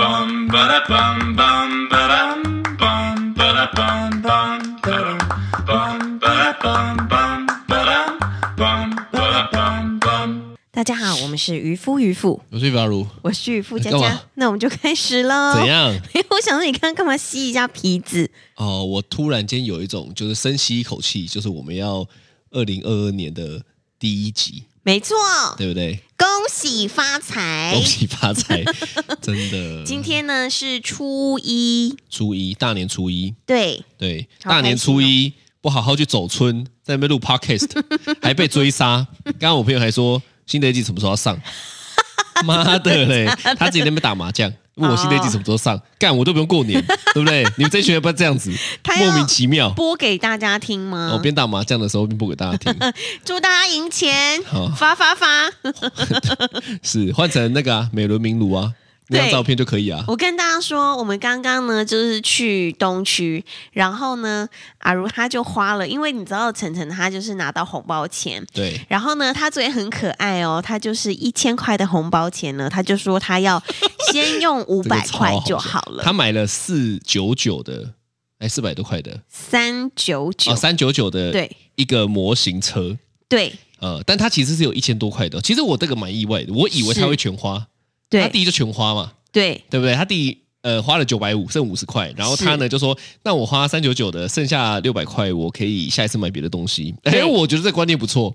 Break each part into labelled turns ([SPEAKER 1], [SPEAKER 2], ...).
[SPEAKER 1] bum ba da bum bum ba dum bum ba da bum bum ba dum bum ba da bum bum ba dum bum ba da bum bum.
[SPEAKER 2] 大家好，我们是渔夫渔妇，
[SPEAKER 3] 我是法如，
[SPEAKER 2] 我是渔夫佳
[SPEAKER 3] 干嘛
[SPEAKER 2] 佳，那我们就开始喽。
[SPEAKER 3] 怎？样？
[SPEAKER 2] 我想说你刚刚干嘛吸一下鼻子？
[SPEAKER 3] 哦，我突然间有一种就是深吸一口气，就是我们要二零二二年的第一集，
[SPEAKER 2] 没错，
[SPEAKER 3] 对不对？
[SPEAKER 2] 恭喜发财
[SPEAKER 3] 恭！喜发 财，真的。
[SPEAKER 2] 哎今天呢是初一，
[SPEAKER 3] 初一，大年初一，
[SPEAKER 2] 对，
[SPEAKER 3] 对，
[SPEAKER 2] 好
[SPEAKER 3] 大年
[SPEAKER 2] 开心哦
[SPEAKER 3] 初一不好好去走村，在那边 录 podcast，还被追杀。刚刚我朋友还说新的一季什么时候要 上，妈的嘞，他自己在那边打麻将。问我新
[SPEAKER 2] 哦
[SPEAKER 3] 的一季什么时候上？干我都不用过年，对不对？你们这群人不要这样子
[SPEAKER 2] 他，要
[SPEAKER 3] 莫名其妙。
[SPEAKER 2] 播给大家听吗
[SPEAKER 3] 我？哦边打麻将的时候边播给大家听，
[SPEAKER 2] 祝大家赢钱
[SPEAKER 3] 好，
[SPEAKER 2] 发发 发！
[SPEAKER 3] 是换成那个啊，美轮明炉啊，那张
[SPEAKER 2] 对
[SPEAKER 3] 照片就可以啊。
[SPEAKER 2] 我跟大家说，我们刚刚呢就是去东区，然后呢，阿如他就花了，因为你知道晨晨他就是拿到红包钱，
[SPEAKER 3] 对，
[SPEAKER 2] 然后呢，他昨天很可爱哦，他就是一千块的红包钱呢，他就说他要先 用五
[SPEAKER 3] 这个
[SPEAKER 2] 百
[SPEAKER 3] 超
[SPEAKER 2] 块
[SPEAKER 3] 好
[SPEAKER 2] 就
[SPEAKER 3] 笑
[SPEAKER 2] 好了
[SPEAKER 3] 他，买了四九九的，哎，四百多块的，
[SPEAKER 2] 三九九
[SPEAKER 3] 哦，，三九九的，
[SPEAKER 2] 对
[SPEAKER 3] 一个模型车，
[SPEAKER 2] 对
[SPEAKER 3] 呃，但它其实是有一千多块的。其实我这个蛮意外的，我以为
[SPEAKER 2] 是
[SPEAKER 3] 他会全花，他
[SPEAKER 2] 对
[SPEAKER 3] 弟就全花嘛，
[SPEAKER 2] 对
[SPEAKER 3] 对不对？他弟呃花了九百五，剩五十块，然后他呢就说，那我花三九九的，剩下六百块，我可以下一次买别的东西。
[SPEAKER 2] 对
[SPEAKER 3] 哎，我觉得这观念不错，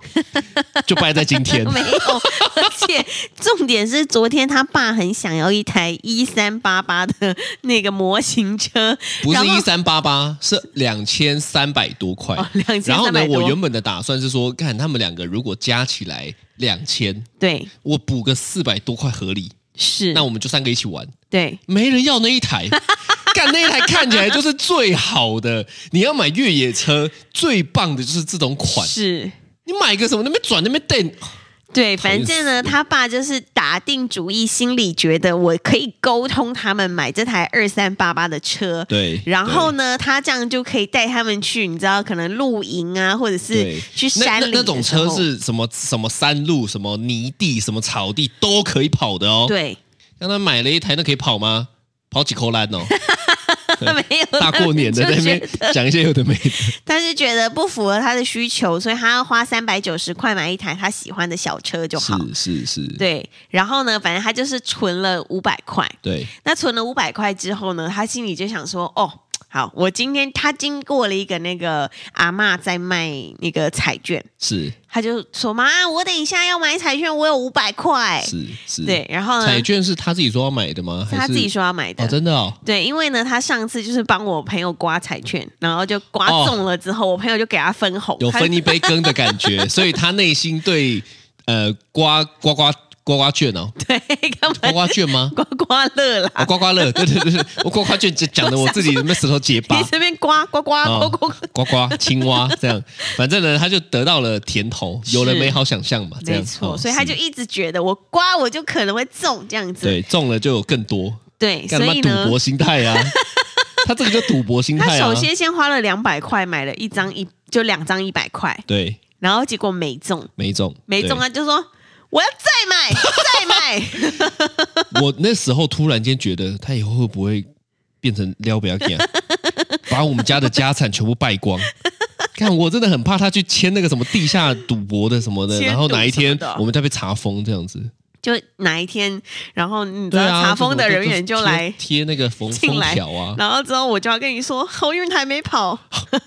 [SPEAKER 3] 就败在今天。
[SPEAKER 2] 没有，而且重点是昨天他爸很想要一台一三八八的那个模型车，
[SPEAKER 3] 不
[SPEAKER 2] 然
[SPEAKER 3] 是
[SPEAKER 2] 后
[SPEAKER 3] 一三八八，是两千三百多块。
[SPEAKER 2] 哦2300
[SPEAKER 3] 然后呢，
[SPEAKER 2] 多
[SPEAKER 3] 我原本的打算是说，看他们两个如果加起来两千，
[SPEAKER 2] 对
[SPEAKER 3] 我补个四百多块合理，
[SPEAKER 2] 是，
[SPEAKER 3] 那我们就三个一起玩。
[SPEAKER 2] 对
[SPEAKER 3] 没人要那一 台，干那一台看起来就是最好的。你要买越野车，最棒的就是这种款。
[SPEAKER 2] 是。
[SPEAKER 3] 你买一个什么那边转那边蹬，
[SPEAKER 2] 对，
[SPEAKER 3] 讨厌
[SPEAKER 2] 反正呢，
[SPEAKER 3] 死了
[SPEAKER 2] 他爸就是打定主意，心里觉得我可以沟通他们买这台二三八八的车，
[SPEAKER 3] 对
[SPEAKER 2] 然后
[SPEAKER 3] 对
[SPEAKER 2] 呢，他这样就可以带他们去，你知道，可能露营啊，或者是
[SPEAKER 3] 对
[SPEAKER 2] 去
[SPEAKER 3] 那
[SPEAKER 2] 山
[SPEAKER 3] 那
[SPEAKER 2] 里
[SPEAKER 3] 那种
[SPEAKER 2] 的时候
[SPEAKER 3] 车，是什么什么山路、什么泥地、什么草地都可以跑的哦。
[SPEAKER 2] 对，
[SPEAKER 3] 让他买了一台，那可以跑吗？跑几 口烂哦，
[SPEAKER 2] 没有
[SPEAKER 3] 大过年的
[SPEAKER 2] 他
[SPEAKER 3] 在
[SPEAKER 2] 就
[SPEAKER 3] 那边
[SPEAKER 2] 觉得
[SPEAKER 3] 讲一些有的没的。
[SPEAKER 2] 他是觉得不符合他的需求，所以他要花三百九十块买一台他喜欢的小车就好。
[SPEAKER 3] 是是是，
[SPEAKER 2] 对，然后呢，反正他就是存了五百块。
[SPEAKER 3] 对
[SPEAKER 2] 那存了五百块之后呢，他心里就想说，哦。好，我今天他经过了一个那个阿嬷在卖那个彩券，
[SPEAKER 3] 是
[SPEAKER 2] 他就说妈，我等一下要买彩券，我有五百块。
[SPEAKER 3] 是是。
[SPEAKER 2] 对，，然后呢，
[SPEAKER 3] 彩券是他自己说要买的吗？
[SPEAKER 2] 是他
[SPEAKER 3] 还是
[SPEAKER 2] 自己说要买的。
[SPEAKER 3] 哦，真的哦。
[SPEAKER 2] 对，因为呢，他上次就是帮我朋友刮彩券，然后就刮中了之后，我朋友就给他分红，
[SPEAKER 3] 哦有
[SPEAKER 2] 他
[SPEAKER 3] 分一杯羹的感 觉，所以他内心对呃刮刮刮刮刮券哦，
[SPEAKER 2] 对， 干
[SPEAKER 3] 刮
[SPEAKER 2] 嘛
[SPEAKER 3] 刮券吗？
[SPEAKER 2] 刮刮乐啦？
[SPEAKER 3] 哦，刮刮乐，对对对，对我刮刮券讲讲的我自己那舌头结巴
[SPEAKER 2] 你。随便刮刮刮刮
[SPEAKER 3] 哦
[SPEAKER 2] 刮，刮，
[SPEAKER 3] 刮刮青蛙这样，反正呢，他就得到了甜头，有了
[SPEAKER 2] 是
[SPEAKER 3] 美好想象嘛，这
[SPEAKER 2] 没
[SPEAKER 3] 样
[SPEAKER 2] 错，
[SPEAKER 3] 哦
[SPEAKER 2] 所以他
[SPEAKER 3] 是
[SPEAKER 2] 就一直觉得我刮我就可能会中这样子，
[SPEAKER 3] 对中了就有更多，
[SPEAKER 2] 对，
[SPEAKER 3] 干
[SPEAKER 2] 所
[SPEAKER 3] 嘛
[SPEAKER 2] 以
[SPEAKER 3] 赌
[SPEAKER 2] 呢，
[SPEAKER 3] 博心态 啊？他这个就赌博心
[SPEAKER 2] 他
[SPEAKER 3] 态
[SPEAKER 2] 首。
[SPEAKER 3] 啊
[SPEAKER 2] 先先花了两百块买了一张一就两张一百块，
[SPEAKER 3] 对，
[SPEAKER 2] 然后结果没中，
[SPEAKER 3] 没中，
[SPEAKER 2] 没中啊他就说我要再买再买，
[SPEAKER 3] 对！我那时候突然间觉得，他以后会不会变成撩不要干， 把我们家的家产全部败光？看，我真的很怕他去签那个什么地下赌博的什么的，
[SPEAKER 2] 签
[SPEAKER 3] 然后哪一
[SPEAKER 2] 赌什么
[SPEAKER 3] 天
[SPEAKER 2] 的
[SPEAKER 3] 我们再被查封这样子。
[SPEAKER 2] 就哪一天，然后你知
[SPEAKER 3] 对
[SPEAKER 2] 道
[SPEAKER 3] 啊，
[SPEAKER 2] 查封的
[SPEAKER 3] 这种
[SPEAKER 2] 人员就来
[SPEAKER 3] 贴。贴那个封
[SPEAKER 2] 进
[SPEAKER 3] 封
[SPEAKER 2] 来
[SPEAKER 3] 条啊，
[SPEAKER 2] 然后之后我就要跟你说，侯运还没跑， 大家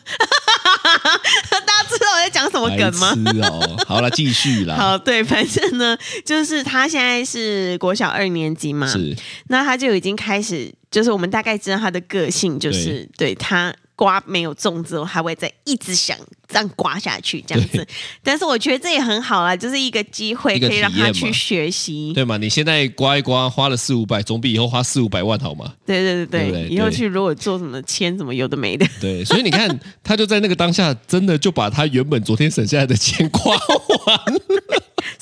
[SPEAKER 2] 知道我在讲什么
[SPEAKER 3] 白
[SPEAKER 2] 梗吗？
[SPEAKER 3] 痴哦，好了，继续啦，
[SPEAKER 2] 好，啊对，反正呢，就是他现在是国小二年级嘛，
[SPEAKER 3] 是
[SPEAKER 2] 那他就已经开始，就是我们大概知道他的个性，就是对他刮没有中之后，他会再一直想这样刮下去这样子
[SPEAKER 3] 对。
[SPEAKER 2] 但是我觉得这也很好啦，就是一个机会
[SPEAKER 3] 一个
[SPEAKER 2] 可以让他
[SPEAKER 3] 体验
[SPEAKER 2] 去
[SPEAKER 3] 嘛
[SPEAKER 2] 学习。
[SPEAKER 3] 对嘛？你现在刮一刮，花了四五百，总比以后花四五百万好吗？
[SPEAKER 2] 对对对
[SPEAKER 3] 对不对
[SPEAKER 2] 以后
[SPEAKER 3] 对
[SPEAKER 2] 去如果做什么签什么有的没的，
[SPEAKER 3] 对，所以你看，他就在那个当下，真的就把他原本昨天省下来的钱花完，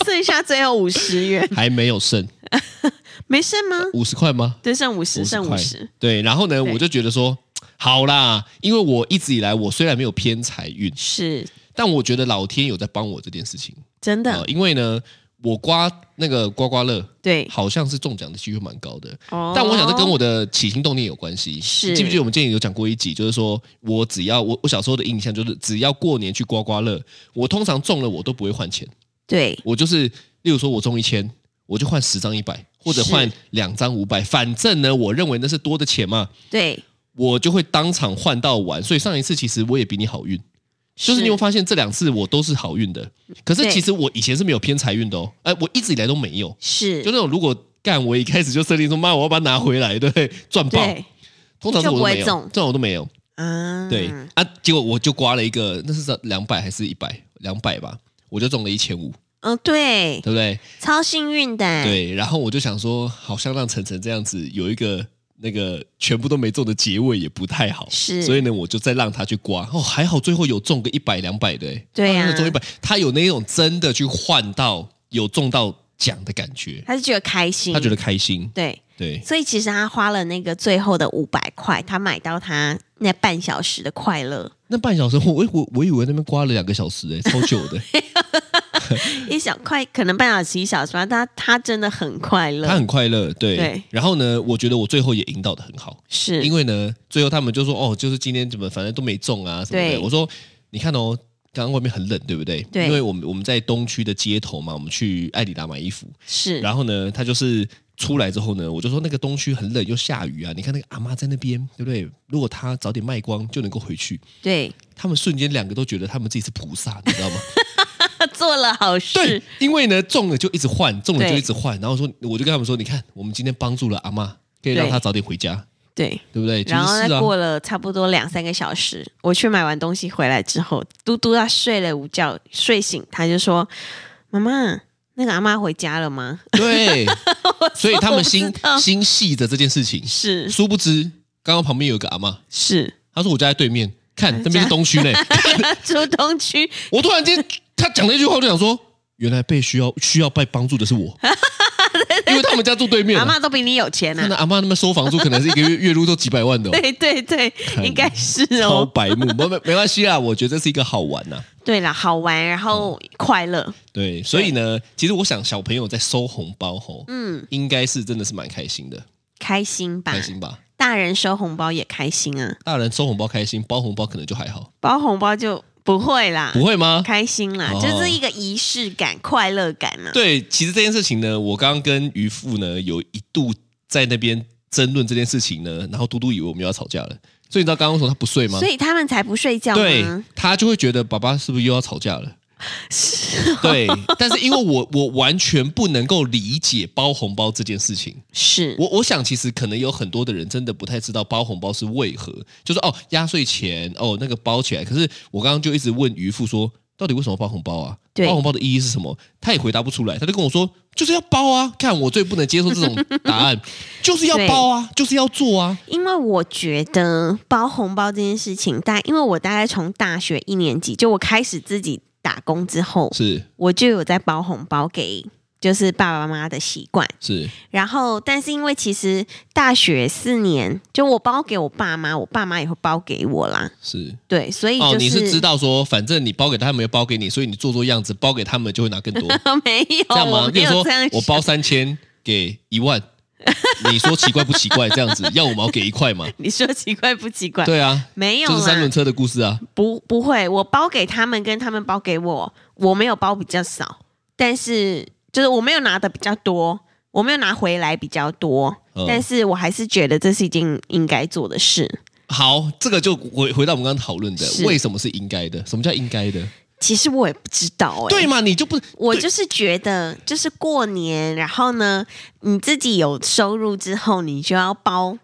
[SPEAKER 2] 剩下最后五十元
[SPEAKER 3] 还没有剩
[SPEAKER 2] 没剩吗？
[SPEAKER 3] 五十块吗？
[SPEAKER 2] 对，剩五十，剩五
[SPEAKER 3] 块
[SPEAKER 2] 十。。
[SPEAKER 3] 对，然后呢，
[SPEAKER 2] 对
[SPEAKER 3] 我就觉得说，好啦，因为我一直以来，我虽然没有偏财运，
[SPEAKER 2] 是
[SPEAKER 3] 但我觉得老天有在帮我这件事情。
[SPEAKER 2] 真的
[SPEAKER 3] 呃，因为呢，我刮那个刮刮乐，
[SPEAKER 2] 对，
[SPEAKER 3] 好像是中奖的几率蛮高的。
[SPEAKER 2] 哦
[SPEAKER 3] 但我想这跟我的起心动念有关系。
[SPEAKER 2] 是
[SPEAKER 3] 你记不记得我们之前有讲过一集，就是说我只要我我小时候的印象就是，只要过年去刮刮乐，我通常中了我都不会换钱，
[SPEAKER 2] 对
[SPEAKER 3] 我就是例如说我中一千，我就换十张一百，或者
[SPEAKER 2] 是
[SPEAKER 3] 换两张五百，反正呢，我认为那是多的钱嘛，
[SPEAKER 2] 对，
[SPEAKER 3] 我就会当场换到完。所以上一次其实我也比你好运。就是你有没有发现这两次我都是好运的，可是
[SPEAKER 2] 嗯对
[SPEAKER 3] 其实我以前是没有偏财运的哦，哎、我一直以来都没有，
[SPEAKER 2] 是
[SPEAKER 3] 就那种如果干我一开始就设定说妈我要把它拿回来，对不对？赚爆，
[SPEAKER 2] 对
[SPEAKER 3] 通常是我都没有，
[SPEAKER 2] 就不会中
[SPEAKER 3] 这种我都没有。
[SPEAKER 2] 啊，
[SPEAKER 3] 对、啊，结果我就刮了一个，那是两百还是一百？两百吧，我就中了一千五，
[SPEAKER 2] 嗯，对，
[SPEAKER 3] 对不对？
[SPEAKER 2] 超幸运的，
[SPEAKER 3] 对，然后我就想说，好像让晨晨这样子有一个那个全部都没中的结尾也不太好，
[SPEAKER 2] 是
[SPEAKER 3] 所以呢，我就再让他去刮。哦，还好最后有中个一百两百的、欸，
[SPEAKER 2] 对啊
[SPEAKER 3] 他那个中一百，他有那种真的去换到有中到奖的感觉，
[SPEAKER 2] 他是觉得开心，
[SPEAKER 3] 他觉得开心，
[SPEAKER 2] 对，
[SPEAKER 3] 对。
[SPEAKER 2] 所以其实他花了那个最后的五百块，他买到他那半小时的快乐。
[SPEAKER 3] 那半小时，我我我我以为那边刮了两个小时、欸，超久的。
[SPEAKER 2] 一小块可能半小时一小时吧，但他他真的很快乐，
[SPEAKER 3] 他很快乐，对。
[SPEAKER 2] 对嗯
[SPEAKER 3] 然后呢，我觉得我最后也引导的很好，
[SPEAKER 2] 是
[SPEAKER 3] 因为呢，最后他们就说哦，就是今天怎么反正都没中啊什么
[SPEAKER 2] 对
[SPEAKER 3] 的。我说你看哦，刚刚外面很冷，对不对？
[SPEAKER 2] 对
[SPEAKER 3] 因为我们我们在东区的街头嘛，我们去艾迪达买衣服，
[SPEAKER 2] 是
[SPEAKER 3] 然后呢，他就是。出来之后呢，我就说那个东区很冷又下雨啊，你看那个阿妈在那边，对不对？如果她早点卖光就能够回去，
[SPEAKER 2] 对，
[SPEAKER 3] 他们瞬间两个都觉得他们自己是菩萨，你知道吗？
[SPEAKER 2] 他做了好事
[SPEAKER 3] 对，，因为呢中了就一直换，中了就
[SPEAKER 2] 对
[SPEAKER 3] 一直换，然后说我就跟他们说，你看我们今天帮助了阿妈，可以让
[SPEAKER 2] 对
[SPEAKER 3] 她早点回家，
[SPEAKER 2] 对。
[SPEAKER 3] 对不对？其实
[SPEAKER 2] 然后
[SPEAKER 3] 是
[SPEAKER 2] 呢，
[SPEAKER 3] 啊，
[SPEAKER 2] 过了差不多两三个小时，我去买完东西回来之后，嘟嘟他睡了午觉，睡醒他就说：“妈妈，那个阿妈回家了吗
[SPEAKER 3] 对，所以他们
[SPEAKER 2] 我
[SPEAKER 3] 心
[SPEAKER 2] 知道
[SPEAKER 3] 心系着这件事情？”，
[SPEAKER 2] 是
[SPEAKER 3] 殊不知刚刚旁边有一个阿妈，
[SPEAKER 2] 是，
[SPEAKER 3] 她说我家在对面，看那边是东区 嘞，
[SPEAKER 2] 住东区
[SPEAKER 3] 我突然间她讲了一句话，我就想说，原来被需要需要被帮助的 是我，因为他们家住对面
[SPEAKER 2] 阿
[SPEAKER 3] 啊。
[SPEAKER 2] 妈都比你有钱
[SPEAKER 3] 看
[SPEAKER 2] 啊！
[SPEAKER 3] 到阿妈那边收房租，可能是一个月月入都几百万的、哦，
[SPEAKER 2] 对对对，应该是
[SPEAKER 3] 超
[SPEAKER 2] 哦。
[SPEAKER 3] 白目。没没没关系啦，我觉得这是一个好玩啊呐、
[SPEAKER 2] 对啦，好玩，然后快乐，
[SPEAKER 3] 对，所以呢，其实我想小朋友在收红包吼，
[SPEAKER 2] 嗯，
[SPEAKER 3] 应该是真的是蛮开心的，
[SPEAKER 2] 开心吧
[SPEAKER 3] 开？心吧？
[SPEAKER 2] 大人收红包也开心啊，
[SPEAKER 3] 大人收红包开心，包红包可能就还好，
[SPEAKER 2] 包红包就不会啦，
[SPEAKER 3] 不会
[SPEAKER 2] 啊
[SPEAKER 3] 吗？
[SPEAKER 2] 开心啦，
[SPEAKER 3] 哦
[SPEAKER 2] 就是一个仪式感、快乐感啊。
[SPEAKER 3] 对，其实这件事情呢，我刚刚跟渔父呢有一度在那边争论这件事情呢，然后嘟嘟以为我们又要吵架了，所以你知道刚刚为什么他不睡吗
[SPEAKER 2] 所？以他们才不睡觉
[SPEAKER 3] 对
[SPEAKER 2] 吗？
[SPEAKER 3] 他就会觉得爸爸是不是又要吵架了？对，但是因为我我完全不能够理解包红包这件事情，
[SPEAKER 2] 是，
[SPEAKER 3] 我我想，其实可能有很多的人真的不太知道包红包是为何，就是哦压岁钱哦那个包起来。可是我刚刚就一直问渔夫说，到底为什么包红包啊？
[SPEAKER 2] 对
[SPEAKER 3] 包红包的意义是什么？他也回答不出来，他就跟我说就是要包啊。看我最不能接受这种答 案，就是要包啊，就是要做啊。
[SPEAKER 2] 因为我觉得包红包这件事情，大因为我大概从大学一年级就我开始自己打工之后，
[SPEAKER 3] 是
[SPEAKER 2] 我就有在包红包给就是爸爸妈妈的习惯。
[SPEAKER 3] 是，
[SPEAKER 2] 然后，但是因为其实大学四年，就我包给我爸妈，我爸妈也会包给我啦。
[SPEAKER 3] 是
[SPEAKER 2] 对，所以
[SPEAKER 3] 哦，
[SPEAKER 2] 就是、
[SPEAKER 3] 你是知道说，反正你包给他们，又包给你，所以你做做样子，包给他们就会拿更 多，
[SPEAKER 2] 没有，
[SPEAKER 3] 这样吗
[SPEAKER 2] 哦我？
[SPEAKER 3] 例
[SPEAKER 2] 没
[SPEAKER 3] 如
[SPEAKER 2] 有
[SPEAKER 3] 说
[SPEAKER 2] 这样，
[SPEAKER 3] 我包三千给一万，你说奇怪不奇怪？这样子要我们要给一块吗？
[SPEAKER 2] 你说奇怪不奇怪？
[SPEAKER 3] 对啊，
[SPEAKER 2] 没有
[SPEAKER 3] 就是三轮
[SPEAKER 2] 啦，
[SPEAKER 3] 车的故事啊。
[SPEAKER 2] 不不会，我包给他们跟他们包给我，我没有包比较少，但是就是我没有拿的比较多，我没有拿回来比较多，
[SPEAKER 3] 嗯
[SPEAKER 2] 但是我还是觉得这是一件应该做的事。
[SPEAKER 3] 好，这个就回回到我们刚刚讨论的，
[SPEAKER 2] 是
[SPEAKER 3] 为什么是应该的？什么叫应该的？
[SPEAKER 2] 其实我也不知道哎、
[SPEAKER 3] 对嘛？你就不
[SPEAKER 2] 我
[SPEAKER 3] 对
[SPEAKER 2] 就是觉得，就是过年，然后呢，你自己有收入之后，你就要包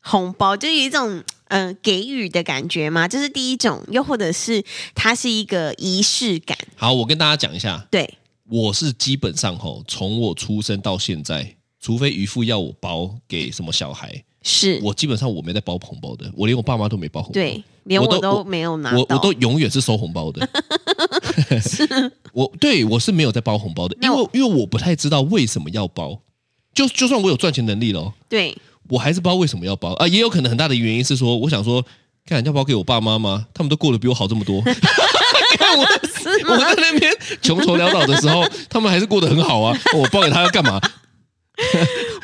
[SPEAKER 2] 红包，就有一种嗯、呃给予的感觉嘛，这是第一种，又或者是它是一个仪式感，
[SPEAKER 3] 好，我跟大家讲一下，
[SPEAKER 2] 对，
[SPEAKER 3] 我是基本上吼，从我出生到现在，除非渔夫要我包给什么小孩，
[SPEAKER 2] 是，
[SPEAKER 3] 我基本上我没在包红包的，我连我爸妈都没包红包。
[SPEAKER 2] 对，连
[SPEAKER 3] 我
[SPEAKER 2] 我
[SPEAKER 3] 都
[SPEAKER 2] 都
[SPEAKER 3] 我
[SPEAKER 2] 没有拿到，
[SPEAKER 3] 我我都永远是收红 包的，我对我是没有在包红包的，因
[SPEAKER 2] 那
[SPEAKER 3] 为
[SPEAKER 2] 我
[SPEAKER 3] 因为我不太知道为什么要包，就就算我有赚钱能力咯，
[SPEAKER 2] 对
[SPEAKER 3] 我还是不知道为什么要包啊，也有可能很 大的原因是说，我想说，看要包给我爸妈吗？他们都过得比我好这么多，看我我在那边穷愁潦倒的时候，他们还是过得很好啊。我报给他要干嘛？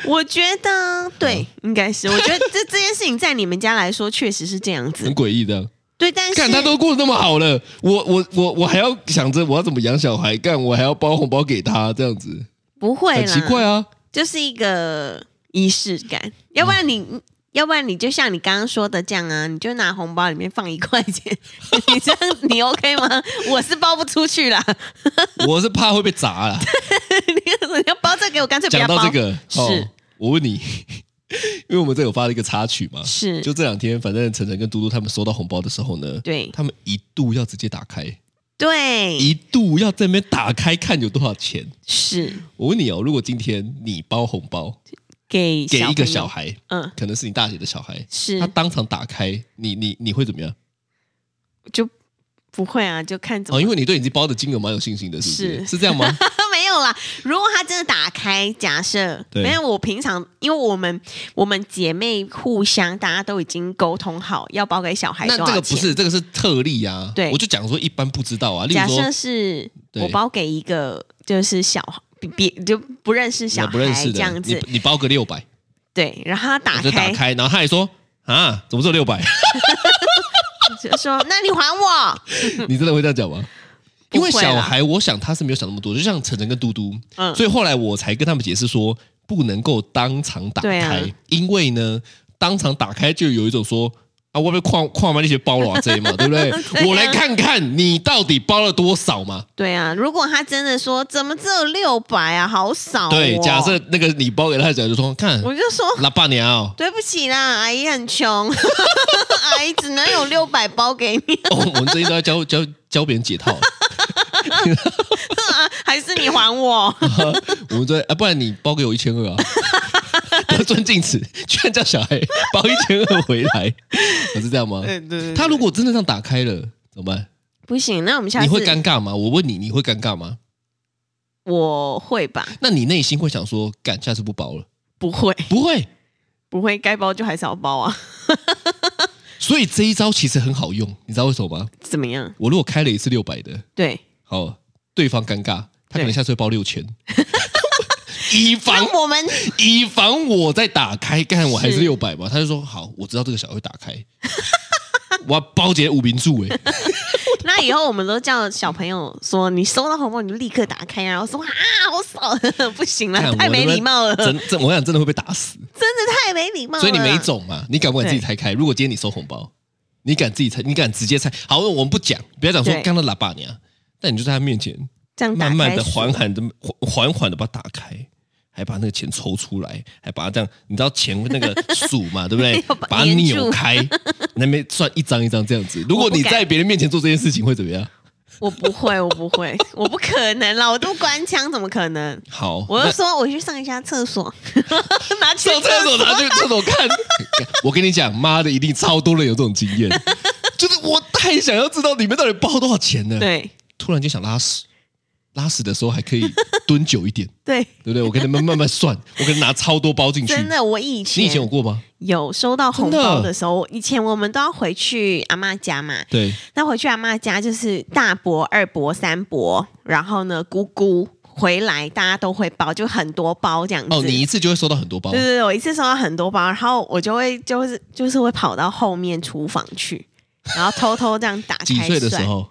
[SPEAKER 2] 我觉得对，
[SPEAKER 3] 嗯
[SPEAKER 2] 应该是。我觉得这这件事情在你们家来说确实是这样子
[SPEAKER 3] 很，诡异的。
[SPEAKER 2] 对。但是
[SPEAKER 3] 干嗯他都过得那么好了，我我我我还要想着我要怎么养小孩，干我还要包红包给他，这样子
[SPEAKER 2] 不会
[SPEAKER 3] 很
[SPEAKER 2] 啦，
[SPEAKER 3] 奇怪啊。
[SPEAKER 2] 就是一个仪式感。要不然
[SPEAKER 3] 嗯
[SPEAKER 2] 你，要不然你就像你刚刚说的这样啊，你就拿红包里面放一块钱， 你这样你 OK 吗？我是包不出去啦，
[SPEAKER 3] 我是怕会被 砸了。
[SPEAKER 2] 你要包这给我，干脆不
[SPEAKER 3] 讲
[SPEAKER 2] 要包。
[SPEAKER 3] 到这个，哦
[SPEAKER 2] 是
[SPEAKER 3] 我问你， 因为我们这有发了一个插曲嘛，
[SPEAKER 2] 是
[SPEAKER 3] 就这两天，反正晨晨跟嘟嘟他们收到红包的时候呢，
[SPEAKER 2] 对
[SPEAKER 3] 他们一度要直接打开，
[SPEAKER 2] 对
[SPEAKER 3] 一度要在那边打开看有多少钱。
[SPEAKER 2] 是
[SPEAKER 3] 我问你哦，如果今天你包红包
[SPEAKER 2] 给
[SPEAKER 3] 给一个
[SPEAKER 2] 朋友
[SPEAKER 3] 小，孩，
[SPEAKER 2] 嗯，
[SPEAKER 3] 可能是你大姐的小孩，
[SPEAKER 2] 是
[SPEAKER 3] 他当场打开，你你你会怎么样？
[SPEAKER 2] 就不会啊，就看怎么
[SPEAKER 3] 哦，因为你对你自己包的金额蛮有信心的，是不是？
[SPEAKER 2] 是
[SPEAKER 3] 是这样吗？
[SPEAKER 2] 没有啦。如果他真的打开，假设，
[SPEAKER 3] 对
[SPEAKER 2] 没有我平常，因为我们我们姐妹互相大家都已经沟通好要包给小孩
[SPEAKER 3] 那
[SPEAKER 2] 多少
[SPEAKER 3] 这
[SPEAKER 2] 钱。
[SPEAKER 3] 个不是，这个是特例啊。
[SPEAKER 2] 对
[SPEAKER 3] 我就讲说一般不知道啊。例如
[SPEAKER 2] 假
[SPEAKER 3] 说
[SPEAKER 2] 设是
[SPEAKER 3] 对
[SPEAKER 2] 我包给一个就是小比别就不认识小
[SPEAKER 3] 我不认
[SPEAKER 2] 孩
[SPEAKER 3] 识
[SPEAKER 2] 这样
[SPEAKER 3] 的，你
[SPEAKER 2] 子，
[SPEAKER 3] 你包个六百，
[SPEAKER 2] 对，然后他打
[SPEAKER 3] 我就打
[SPEAKER 2] 开
[SPEAKER 3] 开，然后他还说啊，怎么只有六百？
[SPEAKER 2] 就说：“那你还我。
[SPEAKER 3] 你真的会这样讲吗？
[SPEAKER 2] 不
[SPEAKER 3] 因
[SPEAKER 2] 会啦
[SPEAKER 3] 为小孩，我想他是没有想那么多，就像晨晨跟嘟嘟，”
[SPEAKER 2] 嗯，
[SPEAKER 3] 所以后来我才跟他们解释说，不能够当场打
[SPEAKER 2] 对
[SPEAKER 3] 开，
[SPEAKER 2] 啊
[SPEAKER 3] 因为呢，当场打开就有一种说啊，我被框框完那些包了啊，这 嘛，对不对？
[SPEAKER 2] 啊
[SPEAKER 3] 我来看看你到底包了多少嘛。
[SPEAKER 2] 对啊，如果他真的说怎么只有六百啊，好少、哦。
[SPEAKER 3] 对，假设那个你包给他的小孩就说，看
[SPEAKER 2] 我就说
[SPEAKER 3] 老爸娘哦，
[SPEAKER 2] 对不起啦，阿姨很穷， 阿姨只能有六百包给你，
[SPEAKER 3] 哦我们最近都要教教教别人解套，啊
[SPEAKER 2] 还是你还我？
[SPEAKER 3] 我们在啊，不然你包给我一千二啊。 得寸进尺，居然叫小孩包一千二回来， 我是这样吗？
[SPEAKER 2] 对对对，
[SPEAKER 3] 他如果真的这样打开了，怎么办？
[SPEAKER 2] 不行，那我们下次
[SPEAKER 3] 你会尴尬吗？我问你，你会尴尬吗？
[SPEAKER 2] 我会吧？
[SPEAKER 3] 那你内心会想说，干，下次不包了？
[SPEAKER 2] 不会，
[SPEAKER 3] 不会。
[SPEAKER 2] 不会，该包就还是要包啊？
[SPEAKER 3] 所以这一招其实很好用，你知道为什么吗？
[SPEAKER 2] 怎么样？
[SPEAKER 3] 我如果开了一次六百的，
[SPEAKER 2] 对，
[SPEAKER 3] 好，对方尴尬，他可能
[SPEAKER 2] 对
[SPEAKER 3] 下次会包六千，以防
[SPEAKER 2] 那我们
[SPEAKER 3] 以防我再打开，干我还是
[SPEAKER 2] 是
[SPEAKER 3] 六百吧。他就说好，我知道这个小孩会打开， 我要包姐五名柱哎，
[SPEAKER 2] 那以后我们都叫小朋友说，你收到红包你就立刻打开，然后说啊，好少， 不行了
[SPEAKER 3] 干，
[SPEAKER 2] 太没礼貌了，
[SPEAKER 3] 我他妈
[SPEAKER 2] 真
[SPEAKER 3] 真真我想真的会被打死。
[SPEAKER 2] 的太没礼貌了。
[SPEAKER 3] 所以你没，种嘛？你敢不敢自己拆开？如果今天你收红包，你敢自己拆？你敢直接拆？好，我们不讲，不要讲说
[SPEAKER 2] 对
[SPEAKER 3] 干到喇叭娘，但你就在他面前
[SPEAKER 2] 这样打
[SPEAKER 3] 慢
[SPEAKER 2] 开
[SPEAKER 3] 慢的、
[SPEAKER 2] 数
[SPEAKER 3] 缓缓的、缓缓的把它打开，还把那个钱抽出来，还把它这样，你知道钱那个数嘛，对不对
[SPEAKER 2] 要？把
[SPEAKER 3] 把它
[SPEAKER 2] 粘住
[SPEAKER 3] 扭开，那边算一张一张这样子。如果
[SPEAKER 2] 我不
[SPEAKER 3] 你
[SPEAKER 2] 敢
[SPEAKER 3] 在别人面前做这件事情，会怎么样？
[SPEAKER 2] 我不会，我不会，我不可能啦，我都关枪，怎么可能？
[SPEAKER 3] 好，
[SPEAKER 2] 我
[SPEAKER 3] 那
[SPEAKER 2] 就说我去上一下厕所，拿去
[SPEAKER 3] 上厕所拿去厕所看。 我跟你讲，妈的，一定超多人有这种经验， 就是我太想要知道里面到底包多少钱了。
[SPEAKER 2] 对
[SPEAKER 3] 突然间想拉屎，拉屎的时候还可以蹲久一点，
[SPEAKER 2] 对，
[SPEAKER 3] 对不对？我跟他们慢慢算，我可能拿超多包进去。
[SPEAKER 2] 真的，我以
[SPEAKER 3] 你
[SPEAKER 2] 前
[SPEAKER 3] 以前有过吗？
[SPEAKER 2] 有收到红
[SPEAKER 3] 真的
[SPEAKER 2] 包的时候，以前我们都要回去阿嬷家嘛，
[SPEAKER 3] 对，
[SPEAKER 2] 那回去阿妈家就是大伯、二伯、三伯，然后呢姑姑回来，大家都会包，就很多包这样子。
[SPEAKER 3] 哦，你一次就会收到很多包
[SPEAKER 2] 对对，对，我一次收到很多包，然后我就会就是就是会跑到后面厨房去，然后偷偷这样打开
[SPEAKER 3] 几岁的时
[SPEAKER 2] 算？
[SPEAKER 3] 候？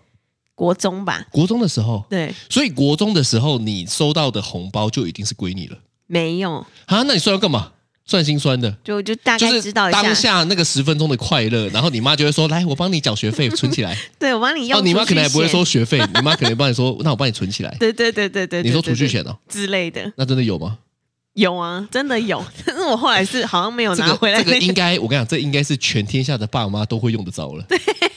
[SPEAKER 2] 国中吧，
[SPEAKER 3] 国中的时候。
[SPEAKER 2] 对，
[SPEAKER 3] 所以国中的时候，你收到的红包就一定是归你了
[SPEAKER 2] 没有，
[SPEAKER 3] 啊？那你算要干嘛？算心酸的，
[SPEAKER 2] 就就大
[SPEAKER 3] 就
[SPEAKER 2] 概
[SPEAKER 3] 是
[SPEAKER 2] 知道一下。
[SPEAKER 3] 当下那个十分钟的快乐，然后你妈就会说：“来，我帮你缴学费，存起来。
[SPEAKER 2] 对我帮你” 用、
[SPEAKER 3] 哦，你妈可能还不会收。学费，你妈可能帮你说：“那我帮你存起来。
[SPEAKER 2] 对对对 对对”
[SPEAKER 3] 你
[SPEAKER 2] 对
[SPEAKER 3] 说
[SPEAKER 2] 对
[SPEAKER 3] 储蓄
[SPEAKER 2] 对
[SPEAKER 3] 险哦？
[SPEAKER 2] 之类的，
[SPEAKER 3] 那真的有吗？
[SPEAKER 2] 有啊，真的有。 但是我后来是好像没有
[SPEAKER 3] 这
[SPEAKER 2] 哦拿
[SPEAKER 3] 个
[SPEAKER 2] 回来、
[SPEAKER 3] 这个应该，我跟你讲，这应该是全天下的爸妈都会用得着了。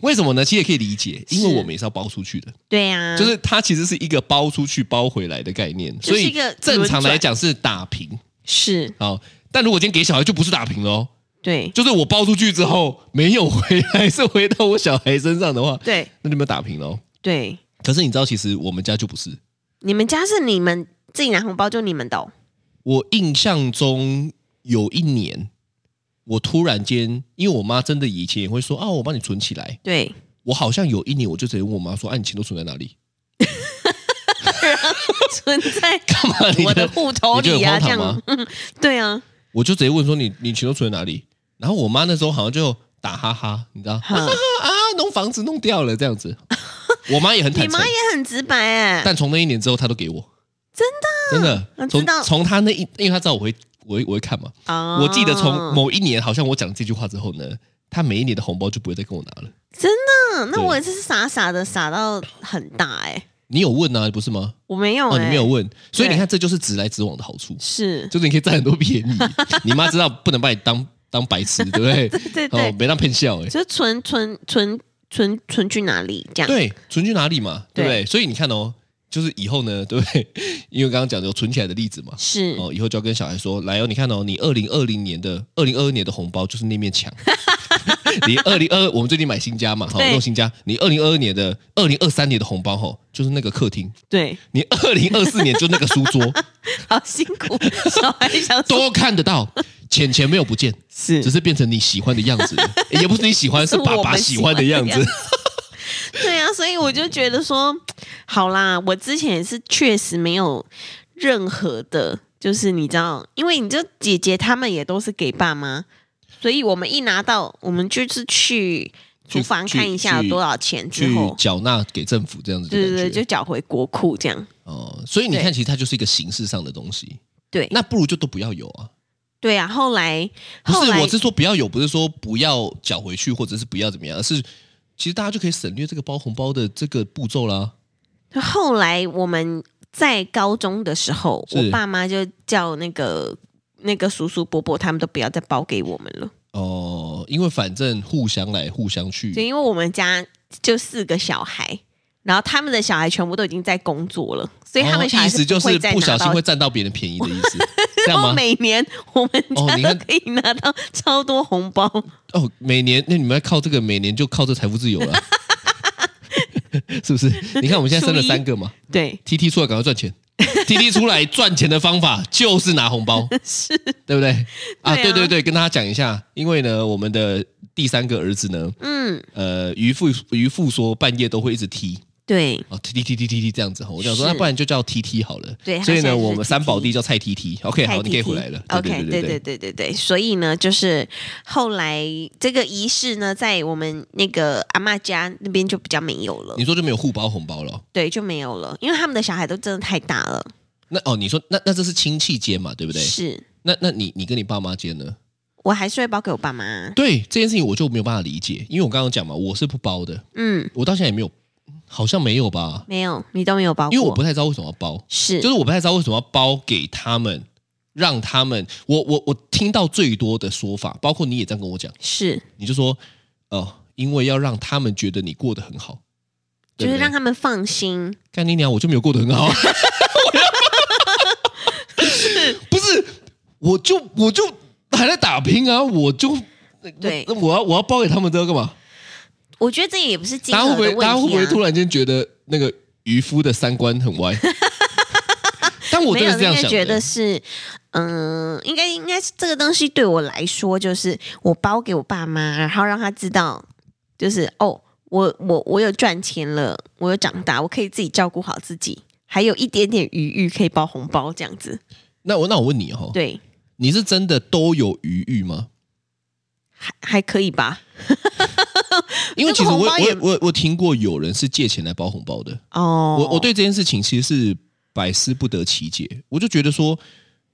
[SPEAKER 3] 为什么呢？其实也可以理解，因为
[SPEAKER 2] 是
[SPEAKER 3] 我们也是要包出去的，
[SPEAKER 2] 对呀、啊，
[SPEAKER 3] 就是它其实是一个包出去、包回来的概念，
[SPEAKER 2] 就
[SPEAKER 3] 所
[SPEAKER 2] 是一
[SPEAKER 3] 以
[SPEAKER 2] 个
[SPEAKER 3] 正常
[SPEAKER 2] 轮转
[SPEAKER 3] 来讲是打平
[SPEAKER 2] 是
[SPEAKER 3] 好，但如果今天给小孩，就不是打平了哦，
[SPEAKER 2] 对
[SPEAKER 3] 就是我包出去之后没有回来， 是回到我小孩身上的话，
[SPEAKER 2] 对
[SPEAKER 3] 那就没有打平了哦。
[SPEAKER 2] 对，
[SPEAKER 3] 可是你知道，其实我们家就不是。
[SPEAKER 2] 你们家是你们自己拿红包就你们的哦、
[SPEAKER 3] 我印象中有一年，我突然间，因为我妈真的以前也会说啊，我帮你存起来，
[SPEAKER 2] 对，
[SPEAKER 3] 我好像有一年我就直接问我妈说：“哎、你钱都存在哪里？
[SPEAKER 2] 存在
[SPEAKER 3] 干嘛你
[SPEAKER 2] 我的户头
[SPEAKER 3] 你
[SPEAKER 2] 里
[SPEAKER 3] 觉得
[SPEAKER 2] 啊，
[SPEAKER 3] 很
[SPEAKER 2] 这
[SPEAKER 3] 荒唐
[SPEAKER 2] 样
[SPEAKER 3] 吗，
[SPEAKER 2] 嗯对 啊，
[SPEAKER 3] 我就直接问说你你钱都存在哪里？”然后我妈那时候好像就打哈哈，你知道啊
[SPEAKER 2] 哼
[SPEAKER 3] 啊，弄房子弄掉了这样子。 我妈也很
[SPEAKER 2] 你
[SPEAKER 3] 坦诚
[SPEAKER 2] 妈，也很直白哎、
[SPEAKER 3] 但从那一年之后，她都给我真的
[SPEAKER 2] 我
[SPEAKER 3] 真
[SPEAKER 2] 知
[SPEAKER 3] 的
[SPEAKER 2] 道
[SPEAKER 3] 从从她那一，因为她知道我会我会我会看嘛。
[SPEAKER 2] 哦
[SPEAKER 3] 我记得从某一年，好像我讲这句话之后呢，她每一年的红包就不会再跟我拿了。
[SPEAKER 2] 真的，嗯那
[SPEAKER 3] 对
[SPEAKER 2] 我也是傻傻的傻到很大哎、
[SPEAKER 3] 你有问啊，不是吗？
[SPEAKER 2] 我没有
[SPEAKER 3] 哦，
[SPEAKER 2] 哎、
[SPEAKER 3] 你没有问，所以你
[SPEAKER 2] 对
[SPEAKER 3] 看这就是直来直往的好处。
[SPEAKER 2] 是，
[SPEAKER 3] 就是你可以占很多便宜。 你妈知道不能把你当当白痴，对不对？
[SPEAKER 2] 对
[SPEAKER 3] 哦
[SPEAKER 2] 对，，
[SPEAKER 3] 没当骗笑哎。
[SPEAKER 2] 就是存存存存存去哪里这样，
[SPEAKER 3] 对，存去哪里嘛，对不对？
[SPEAKER 2] 对
[SPEAKER 3] 所以你看哦，就是以后呢，对不对？ 因为刚刚讲的有存起来的例子嘛，
[SPEAKER 2] 是、
[SPEAKER 3] 哦，以后就要跟小孩说，来哦，你看哦，你二零二零年的二零二二年的红包就是那面 墙。你二零二，我们最近买新家嘛，哈、
[SPEAKER 2] 对
[SPEAKER 3] 弄新家。你二零二二年的、二零二三年的红包，哈，就是那个客厅。
[SPEAKER 2] 对，
[SPEAKER 3] 你二零二四年就那个书 桌，
[SPEAKER 2] 好辛苦， 小孩想说
[SPEAKER 3] 都看得到，钱钱没有不见。
[SPEAKER 2] 是
[SPEAKER 3] 只是变成你喜欢的样 子，诶也不是你喜欢，是
[SPEAKER 2] 是
[SPEAKER 3] 爸
[SPEAKER 2] 我
[SPEAKER 3] 爸
[SPEAKER 2] 们
[SPEAKER 3] 喜
[SPEAKER 2] 喜
[SPEAKER 3] 欢
[SPEAKER 2] 欢
[SPEAKER 3] 的
[SPEAKER 2] 的
[SPEAKER 3] 样子
[SPEAKER 2] 样。对啊，所以我就觉得说，好啦，我之前也是确实没有任何的，就是你知道，因为你就姐姐她们也都是给爸妈，所以我们一拿到，我们就是去
[SPEAKER 3] 去
[SPEAKER 2] 厨房
[SPEAKER 3] 去
[SPEAKER 2] 看一下
[SPEAKER 3] 去
[SPEAKER 2] 有多少钱之
[SPEAKER 3] 去
[SPEAKER 2] 后，
[SPEAKER 3] 缴纳给政府这样子的
[SPEAKER 2] 对
[SPEAKER 3] 感觉，
[SPEAKER 2] 对对，就缴回国库这样。
[SPEAKER 3] 哦，所以你看，其实它就是一个形式上的东西。
[SPEAKER 2] 对
[SPEAKER 3] 那不如就都不要有啊！
[SPEAKER 2] 对啊，后来
[SPEAKER 3] 不
[SPEAKER 2] 后
[SPEAKER 3] 是，
[SPEAKER 2] 来
[SPEAKER 3] 我是说不要有，不是说不要缴回去，或者是不要怎么样，而是其实大家就可以省略这个包红包的这个步骤啦。
[SPEAKER 2] 后来我们在高中的时候，
[SPEAKER 3] 是
[SPEAKER 2] 我爸妈就叫那个那个叔叔伯伯他们都不要再包给我们了。
[SPEAKER 3] 哦，因为反正互相来，互相
[SPEAKER 2] 就
[SPEAKER 3] 去，
[SPEAKER 2] 因为我们家就四个小孩，然后他们的小孩全部都已经在工作了，所以他
[SPEAKER 3] 哦
[SPEAKER 2] 们小孩
[SPEAKER 3] 意思就
[SPEAKER 2] 会
[SPEAKER 3] 是
[SPEAKER 2] 再
[SPEAKER 3] 不小
[SPEAKER 2] 拿
[SPEAKER 3] 心
[SPEAKER 2] 到。
[SPEAKER 3] 会占到别人便宜的意 思，这
[SPEAKER 2] 然
[SPEAKER 3] 样
[SPEAKER 2] 后
[SPEAKER 3] 吗？
[SPEAKER 2] 每年我们
[SPEAKER 3] 哦你
[SPEAKER 2] 家
[SPEAKER 3] 看
[SPEAKER 2] 都可以拿到超多红包，
[SPEAKER 3] 哦，每年那你们要靠这个，每年就靠这财富自由了， 是不是？你看我们现在生了
[SPEAKER 2] 初一
[SPEAKER 3] 三个嘛
[SPEAKER 2] 对，
[SPEAKER 3] ，T T 出来赶快赚钱 ，T T 出来赚钱的方法就是拿红包，
[SPEAKER 2] 是
[SPEAKER 3] 对不对？啊，
[SPEAKER 2] 对啊
[SPEAKER 3] 对对对，跟大家讲一下，因为呢，我们的第三个儿子呢，
[SPEAKER 2] 嗯，
[SPEAKER 3] 呃，渔父渔父说半夜都会一直踢。
[SPEAKER 2] 对，
[SPEAKER 3] 啊踢踢踢踢踢这样子哈，我想说，
[SPEAKER 2] 是
[SPEAKER 3] 那不然就叫 T T 好了。
[SPEAKER 2] 对他
[SPEAKER 3] 所以
[SPEAKER 2] 现
[SPEAKER 3] 呢，
[SPEAKER 2] 在就是
[SPEAKER 3] 我们
[SPEAKER 2] TT
[SPEAKER 3] 三宝弟叫蔡 T T。OK，
[SPEAKER 2] 太
[SPEAKER 3] 好，你
[SPEAKER 2] 体
[SPEAKER 3] 可
[SPEAKER 2] 贴
[SPEAKER 3] 以回来了。
[SPEAKER 2] OK，对
[SPEAKER 3] 对对
[SPEAKER 2] 对对对对，所以呢，就是后来这个仪式呢，在我们那个阿嬷家那边就比较没有了
[SPEAKER 3] 你，说就没有互包红包了哦？
[SPEAKER 2] 对，就没有了，因为他们的小孩都真的太大了，
[SPEAKER 3] 那哦，你说那那这是亲戚间嘛，对不对？
[SPEAKER 2] 是
[SPEAKER 3] 那那你你跟你爸妈间呢？
[SPEAKER 2] 我还是会包给我爸妈，
[SPEAKER 3] 对这件事情我就没有办法理解，因为我刚刚讲嘛，我是不包的，
[SPEAKER 2] 嗯，
[SPEAKER 3] 我到现在也没有，好像没有吧，
[SPEAKER 2] 没有，你都没有包过，
[SPEAKER 3] 因为我不太知道为什么要包，
[SPEAKER 2] 是
[SPEAKER 3] 就是我不太知道为什么要包给他们，让他们，我我我听到最多的说法，包括你也这样跟我讲，
[SPEAKER 2] 是，
[SPEAKER 3] 你就说，呃，因为要让他们觉得你过得很好，
[SPEAKER 2] 就
[SPEAKER 3] 对
[SPEAKER 2] 是
[SPEAKER 3] 不对
[SPEAKER 2] 让他们放心。
[SPEAKER 3] 干你娘，我就没有过得 很好，我要不是，我就我就还在打拼啊，我就。
[SPEAKER 2] 对
[SPEAKER 3] 那我要我要包给他们，都要干嘛？
[SPEAKER 2] 我觉得这也不是金
[SPEAKER 3] 大家
[SPEAKER 2] 额
[SPEAKER 3] 会
[SPEAKER 2] 的
[SPEAKER 3] 不
[SPEAKER 2] 问
[SPEAKER 3] 会
[SPEAKER 2] 题、啊。
[SPEAKER 3] 大家会不会突然间觉得那个渔夫的三观很 歪？但我
[SPEAKER 2] 没
[SPEAKER 3] 真的
[SPEAKER 2] 有
[SPEAKER 3] 是这样
[SPEAKER 2] 应该
[SPEAKER 3] 想的，
[SPEAKER 2] 觉得是，嗯、应该应该是这个东西对我来说，就是我包给我爸妈，然后让他知道，就是哦，我我我有赚钱了，我有长大，我可以自己照顾好自己，还有一点点余裕可以包红包这样子。
[SPEAKER 3] 那我那我问你哦，
[SPEAKER 2] 对，
[SPEAKER 3] 你是真的都有余裕吗？
[SPEAKER 2] 还还可以吧？
[SPEAKER 3] 因为其
[SPEAKER 2] 这
[SPEAKER 3] 实我
[SPEAKER 2] 个红包也
[SPEAKER 3] 我我我听过有人是借钱来包红包的，
[SPEAKER 2] 哦，
[SPEAKER 3] 我我对这件事情其实是百思不得其解。我就觉得说，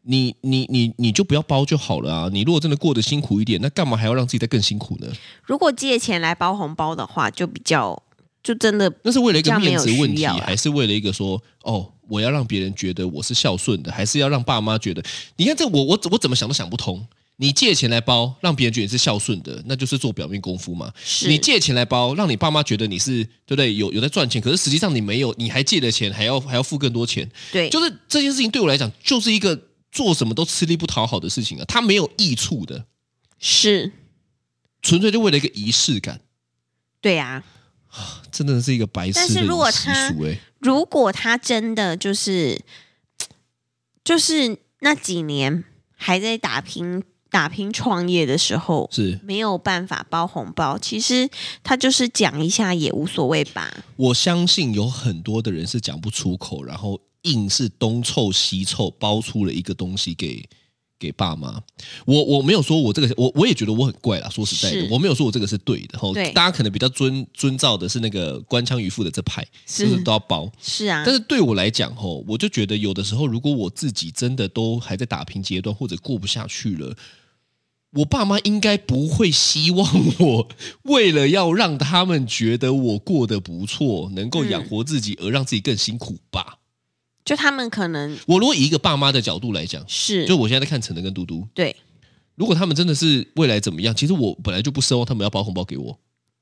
[SPEAKER 3] 你你你你就不要包就好了啊！你如果真的过得辛苦一点，那干嘛还要让自己再更辛苦呢？
[SPEAKER 2] 如果借钱来包红包的话，就比较就真的
[SPEAKER 3] 那是为了一个面子
[SPEAKER 2] 这
[SPEAKER 3] 问
[SPEAKER 2] 样没有需
[SPEAKER 3] 题，
[SPEAKER 2] 要啦
[SPEAKER 3] 还是为了一个说哦，我要让别人觉得我是孝顺的，还是要让爸妈觉得？你看这我我我怎么想都想不通。你借钱来包，让别人觉得你是孝顺的，那就是做表面功夫嘛。
[SPEAKER 2] 是
[SPEAKER 3] 你借钱来包，让你爸妈觉得你是对不对？有有在赚钱，可是实际上你没有，你还借了钱，还要还要付更多钱。
[SPEAKER 2] 对，
[SPEAKER 3] 就是这件事情对我来讲，就是一个做什么都吃力不讨好的事情啊，它没有益处的，
[SPEAKER 2] 是
[SPEAKER 3] 纯粹就为了一个仪式感，
[SPEAKER 2] 对啊，
[SPEAKER 3] 真的是一个白痴的
[SPEAKER 2] 但
[SPEAKER 3] 习
[SPEAKER 2] 是如果他
[SPEAKER 3] 俗哎、欸
[SPEAKER 2] 如果他真的就是就是那几年还在打拼，打拼创业的时候
[SPEAKER 3] 是
[SPEAKER 2] 没有办法包红包，其实他就是讲一下也无所谓吧。
[SPEAKER 3] 我相信有很多的人是讲不出口，然后硬是东凑西凑包出了一个东西给给爸妈。我我没有说我这个，我我也觉得我很怪啦。说实在的
[SPEAKER 2] 是，
[SPEAKER 3] 我没有说我这个是对的。吼
[SPEAKER 2] 对，
[SPEAKER 3] 大家可能比较遵遵照的是那个官腔渔夫的这派，
[SPEAKER 2] 是
[SPEAKER 3] 就是都要包。
[SPEAKER 2] 是啊，
[SPEAKER 3] 但是对我来讲，吼，我就觉得有的时候，如果我自己真的都还在打拼阶段，或者过不下去了，我爸妈应该不会希望我 为了要让他们觉得我过得不错，能够养活自己，而让自己更辛苦吧。
[SPEAKER 2] 就他们可能
[SPEAKER 3] 我如果以一个爸妈的角度来讲，
[SPEAKER 2] 是
[SPEAKER 3] 就我现在在看陈能跟嘟嘟，
[SPEAKER 2] 对
[SPEAKER 3] 如果他们真的是未来怎么样，其实我本来就不奢望他们要包红包给我，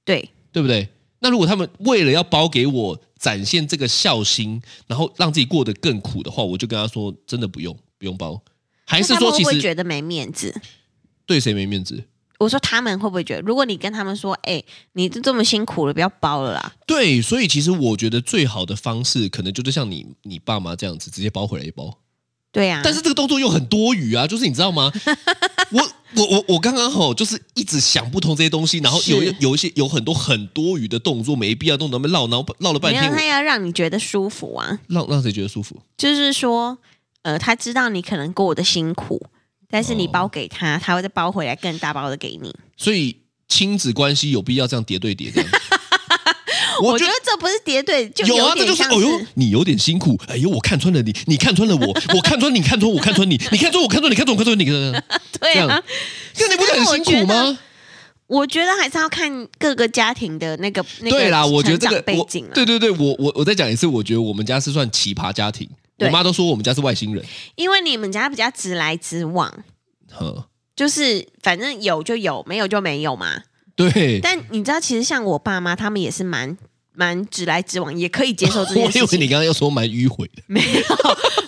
[SPEAKER 2] 对
[SPEAKER 3] 对不对？那如果他们为了要包给我展现这个孝心，然后让自己过得更苦的话，我就跟他说，真的不用，不用包。还是
[SPEAKER 2] 那他
[SPEAKER 3] 说，
[SPEAKER 2] 们
[SPEAKER 3] 其
[SPEAKER 2] 会不会
[SPEAKER 3] 实
[SPEAKER 2] 觉得没面子？
[SPEAKER 3] 对谁没面子？
[SPEAKER 2] 我说他们会不会觉得，如果你跟他们说，哎、你都这么辛苦了，不要包了啦，
[SPEAKER 3] 对，所以其实我觉得最好的方式，可能就是像你你爸妈这样子，直接包回来一包。
[SPEAKER 2] 对啊，
[SPEAKER 3] 但是这个动作又很多余啊，就是你知道吗？ 我我我我刚刚吼，就是一直想不通这些东西，然后有
[SPEAKER 2] 是
[SPEAKER 3] 有一些有很多很多余的动作，没必要弄那么绕，然后绕了半
[SPEAKER 2] 没有
[SPEAKER 3] 天，我
[SPEAKER 2] 他要让你觉得舒服啊，
[SPEAKER 3] 让让谁觉得舒服？
[SPEAKER 2] 就是说，呃，他知道你可能过得辛苦，但是你
[SPEAKER 3] 哦
[SPEAKER 2] 包给他，他会再包回来更大包的给你。
[SPEAKER 3] 所以亲子关系有必要这样叠对 叠这样。
[SPEAKER 2] 我
[SPEAKER 3] 觉
[SPEAKER 2] 觉得这不是叠对，就
[SPEAKER 3] 有啊，这
[SPEAKER 2] 点
[SPEAKER 3] 就是
[SPEAKER 2] 像
[SPEAKER 3] 哦呦，你有点辛苦，哎呦，我看穿了你，你看穿 了我，我看穿你，看穿我，看穿你，你看穿我，看穿你，看穿我，看穿你，看穿你
[SPEAKER 2] 对
[SPEAKER 3] 这样
[SPEAKER 2] 啊，
[SPEAKER 3] 这样你不是很辛苦吗？
[SPEAKER 2] 我觉得还是要看各个家庭的那个那个
[SPEAKER 3] 对啦，我觉得这
[SPEAKER 2] 成
[SPEAKER 3] 个
[SPEAKER 2] 长背
[SPEAKER 3] 我
[SPEAKER 2] 景啦啊
[SPEAKER 3] 对对对，我我我再讲一次，我觉得我们家是算奇葩家庭，我
[SPEAKER 2] 对
[SPEAKER 3] 妈都说我们家是外星人，
[SPEAKER 2] 因为你们家比较直来直往，
[SPEAKER 3] 呵，
[SPEAKER 2] 就是反正有就有，没有就没有嘛。
[SPEAKER 3] 对。
[SPEAKER 2] 但你知道，其实像我爸妈，他们也是蛮蛮直来直往，也可以接受这
[SPEAKER 3] 我
[SPEAKER 2] 件
[SPEAKER 3] 以
[SPEAKER 2] 事
[SPEAKER 3] 为
[SPEAKER 2] 情
[SPEAKER 3] 你，刚刚要说蛮迂回的，
[SPEAKER 2] 没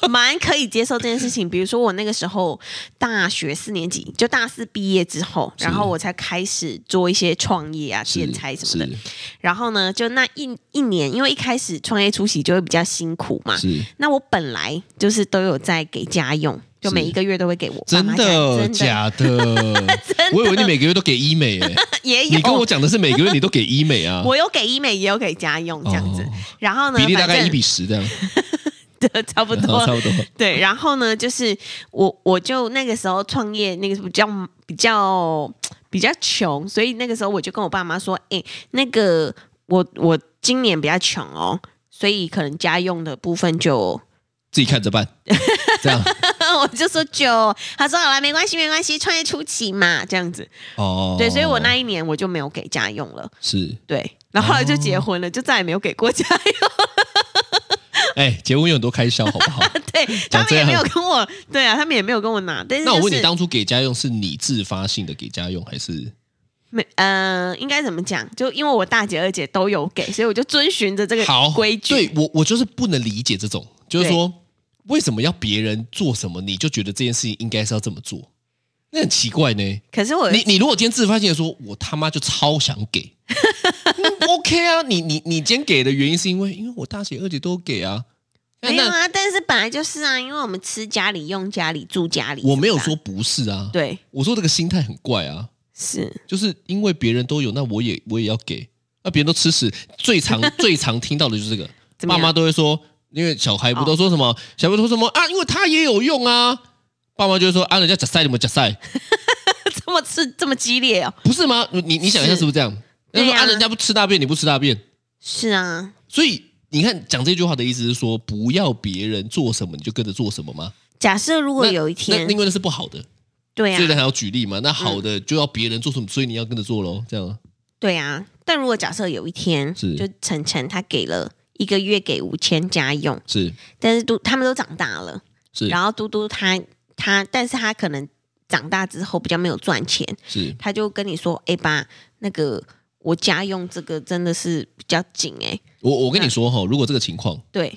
[SPEAKER 2] 有 蛮可以接受这件事情。比如说，我那个时候大学四年级，就大四毕业之后，然后我才开始做一些创业啊、
[SPEAKER 3] 是
[SPEAKER 2] 剪裁什么的。
[SPEAKER 3] 是
[SPEAKER 2] 然后呢，就那一一年，因为一开始创业初期就会比较辛苦嘛，
[SPEAKER 3] 是，
[SPEAKER 2] 那我本来就是都有在给家用，就是每一个月都会给我爸
[SPEAKER 3] 真
[SPEAKER 2] 妈
[SPEAKER 3] 的
[SPEAKER 2] 真的
[SPEAKER 3] 假 的？我以为你每个月都给医美诶，
[SPEAKER 2] 也有。
[SPEAKER 3] 你跟我讲的是每个月你都给医美啊？
[SPEAKER 2] 哎 我有给医美，也有给家用这样子，
[SPEAKER 3] 哦
[SPEAKER 2] 然后呢，
[SPEAKER 3] 比例大
[SPEAKER 2] 反
[SPEAKER 3] 概
[SPEAKER 2] 正
[SPEAKER 3] 一比十这 样，哦
[SPEAKER 2] 对差不多，
[SPEAKER 3] 差不多。
[SPEAKER 2] 对，然后呢，就是我我就那个时候创业，那个时候比较比较比较穷，所以那个时候我就跟我爸妈说，哎、那个我我今年比较穷哦，所以可能家用的部分就，
[SPEAKER 3] 自己看着办。这样
[SPEAKER 2] 我就说就，他说好了，没关系没关系，创业初期嘛，这样子，
[SPEAKER 3] 哦，
[SPEAKER 2] 对，所以我那一年我就没有给家用了，
[SPEAKER 3] 是
[SPEAKER 2] 对。然后后来就
[SPEAKER 3] 哦
[SPEAKER 2] 结婚了，就再也没有给过家用。
[SPEAKER 3] 哎、结婚有很多开销，好 不好？
[SPEAKER 2] 对他
[SPEAKER 3] 讲
[SPEAKER 2] 们
[SPEAKER 3] 这
[SPEAKER 2] 也
[SPEAKER 3] 样
[SPEAKER 2] 没有跟我，对啊，他们也没有跟我拿。但是、就是、
[SPEAKER 3] 那我问你，当初给家用是你自发性的给家用，还是
[SPEAKER 2] 没，呃，应该怎么讲？就因为我大姐、二姐都有给，所以我就遵循着这个
[SPEAKER 3] 好
[SPEAKER 2] 规矩。
[SPEAKER 3] 对我，我就是不能理解这种，就是说为什么要别人做什么，你就觉得这件事情应该是要这么做，那很奇怪呢。
[SPEAKER 2] 可是我
[SPEAKER 3] 你你如果今天自发性的说，我他妈就超想 给、嗯、，OK 啊，你你你今天给的原因是因为因为我大姐二姐都给啊，那
[SPEAKER 2] 没有
[SPEAKER 3] 那
[SPEAKER 2] 啊，但是本来就是啊，因为我们吃家里、用家里、住家里什么的啊，
[SPEAKER 3] 我没有说不是啊，
[SPEAKER 2] 对，
[SPEAKER 3] 我说这个心态很怪啊。
[SPEAKER 2] 是
[SPEAKER 3] 就是因为别人都有，那我也我也要给，那别人都吃屎。最常最常听到的就是这个，
[SPEAKER 2] 怎么
[SPEAKER 3] 爸
[SPEAKER 2] 样哦
[SPEAKER 3] 妈都会说，因为小孩不都说什么，小孩都说什么啊，因为他也有用啊。爸妈就会说啊，人家假赛，你们假赛，
[SPEAKER 2] 这么吃这么激烈哦？
[SPEAKER 3] 不是吗？你你想一下
[SPEAKER 2] 是
[SPEAKER 3] 是不是这样？他
[SPEAKER 2] 对
[SPEAKER 3] 说
[SPEAKER 2] 呀
[SPEAKER 3] 啊，人家不吃大便，你不吃大便，
[SPEAKER 2] 是啊，
[SPEAKER 3] 所以你看讲这句话的意思是说，不要别人做什么你就跟着做什么吗？
[SPEAKER 2] 假设如果
[SPEAKER 3] 那
[SPEAKER 2] 有一
[SPEAKER 3] 那
[SPEAKER 2] 天
[SPEAKER 3] 那，因为那是不好的，
[SPEAKER 2] 对
[SPEAKER 3] 所以
[SPEAKER 2] 啊，
[SPEAKER 3] 还要举例嘛。那好的就要别人做什么，所以你要跟着做喽，这样啊
[SPEAKER 2] 对啊，但如果假设有一天，
[SPEAKER 3] 是
[SPEAKER 2] 就晨晨他给了一个月给五千家用，
[SPEAKER 3] 是
[SPEAKER 2] 但是都他们都长大了，
[SPEAKER 3] 是
[SPEAKER 2] 然后嘟嘟他他，但是他可能长大之后比较没有赚钱，
[SPEAKER 3] 是
[SPEAKER 2] 他就跟你说：“哎、爸，那个我家用这个真的是比较紧哎、
[SPEAKER 3] 我我跟
[SPEAKER 2] 嗯
[SPEAKER 3] 你说哈，如果这个情况。
[SPEAKER 2] 对，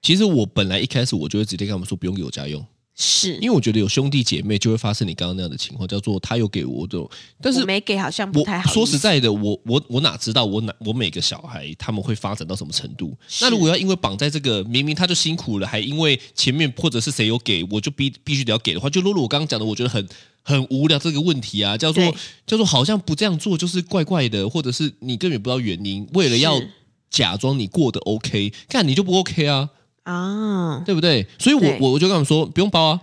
[SPEAKER 3] 其实我本来一开始我就会直接跟他们说不用给我家用，
[SPEAKER 2] 是，
[SPEAKER 3] 因为我觉得有兄弟姐妹就会发生你刚刚那样的情况，叫做他有给我这种，但是
[SPEAKER 2] 我没给好像不
[SPEAKER 3] 我
[SPEAKER 2] 太好意思。
[SPEAKER 3] 说实在的，我我我哪知道我哪我每个小孩他们会发展到什么程度？
[SPEAKER 2] 是
[SPEAKER 3] 那如果要因为绑在这个明明他就辛苦了，还因为前面或者是谁有给，我就必必须得要给的话，就露露我刚刚讲的，我觉得很很无聊这个问题啊，叫做
[SPEAKER 2] 对
[SPEAKER 3] 叫做好像不这样做就是怪怪的，或者是你根本不知道原因，为了要
[SPEAKER 2] 是
[SPEAKER 3] 假装你过得 OK，干你就不 OK 啊，
[SPEAKER 2] 啊，
[SPEAKER 3] 对不对？所以我
[SPEAKER 2] 对
[SPEAKER 3] 我我就跟他们说，不用包啊，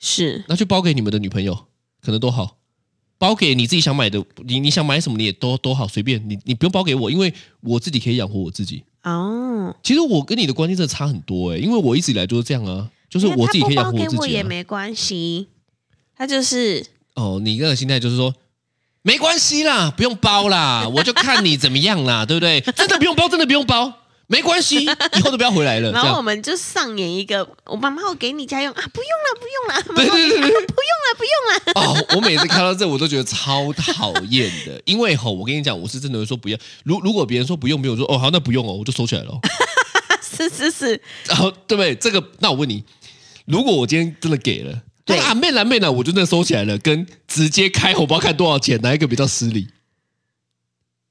[SPEAKER 2] 是
[SPEAKER 3] 拿去包给你们的女朋友，可能都好。包给你自己想买的，你你想买什么你也都都好，随便你你不用包给我，因为我自己可以养活我自己。
[SPEAKER 2] 哦，
[SPEAKER 3] 其实我跟你的观念真的差很多欸诶、因为我一直以来就是这样啊，就是
[SPEAKER 2] 因为
[SPEAKER 3] 我
[SPEAKER 2] 他
[SPEAKER 3] 自己
[SPEAKER 2] 不
[SPEAKER 3] 可以养
[SPEAKER 2] 包
[SPEAKER 3] 活
[SPEAKER 2] 给
[SPEAKER 3] 自
[SPEAKER 2] 我
[SPEAKER 3] 己、
[SPEAKER 2] 也
[SPEAKER 3] 啊。
[SPEAKER 2] 没关系，他就是
[SPEAKER 3] 哦，你那个心态就是说，没关系啦，不用包啦，我就看你怎么样啦，对不对？真的不用包，真的不用包，没关系，以后都不要回来呃了。这
[SPEAKER 2] 然后我
[SPEAKER 3] 样，
[SPEAKER 2] 们就上演一个，我妈妈我给你家用啊，不用了，不用了，
[SPEAKER 3] 对对对
[SPEAKER 2] 不
[SPEAKER 3] 对，
[SPEAKER 2] 用了，不用了。
[SPEAKER 3] 哦，我每次看到这我都觉得超讨厌的，因为吼，我跟你讲，我是真的会说不要。如如果别人说不用，不用，我说哦好，那不用哦，我就收 起来了哦。
[SPEAKER 2] 是是是，
[SPEAKER 3] 然后对不对？这个，那我问你，如果我今天真的给了，
[SPEAKER 2] 对
[SPEAKER 3] 啊，妹啦妹啦，我就真的收起来了，跟直接开红包看多少钱，哪一个比较失礼？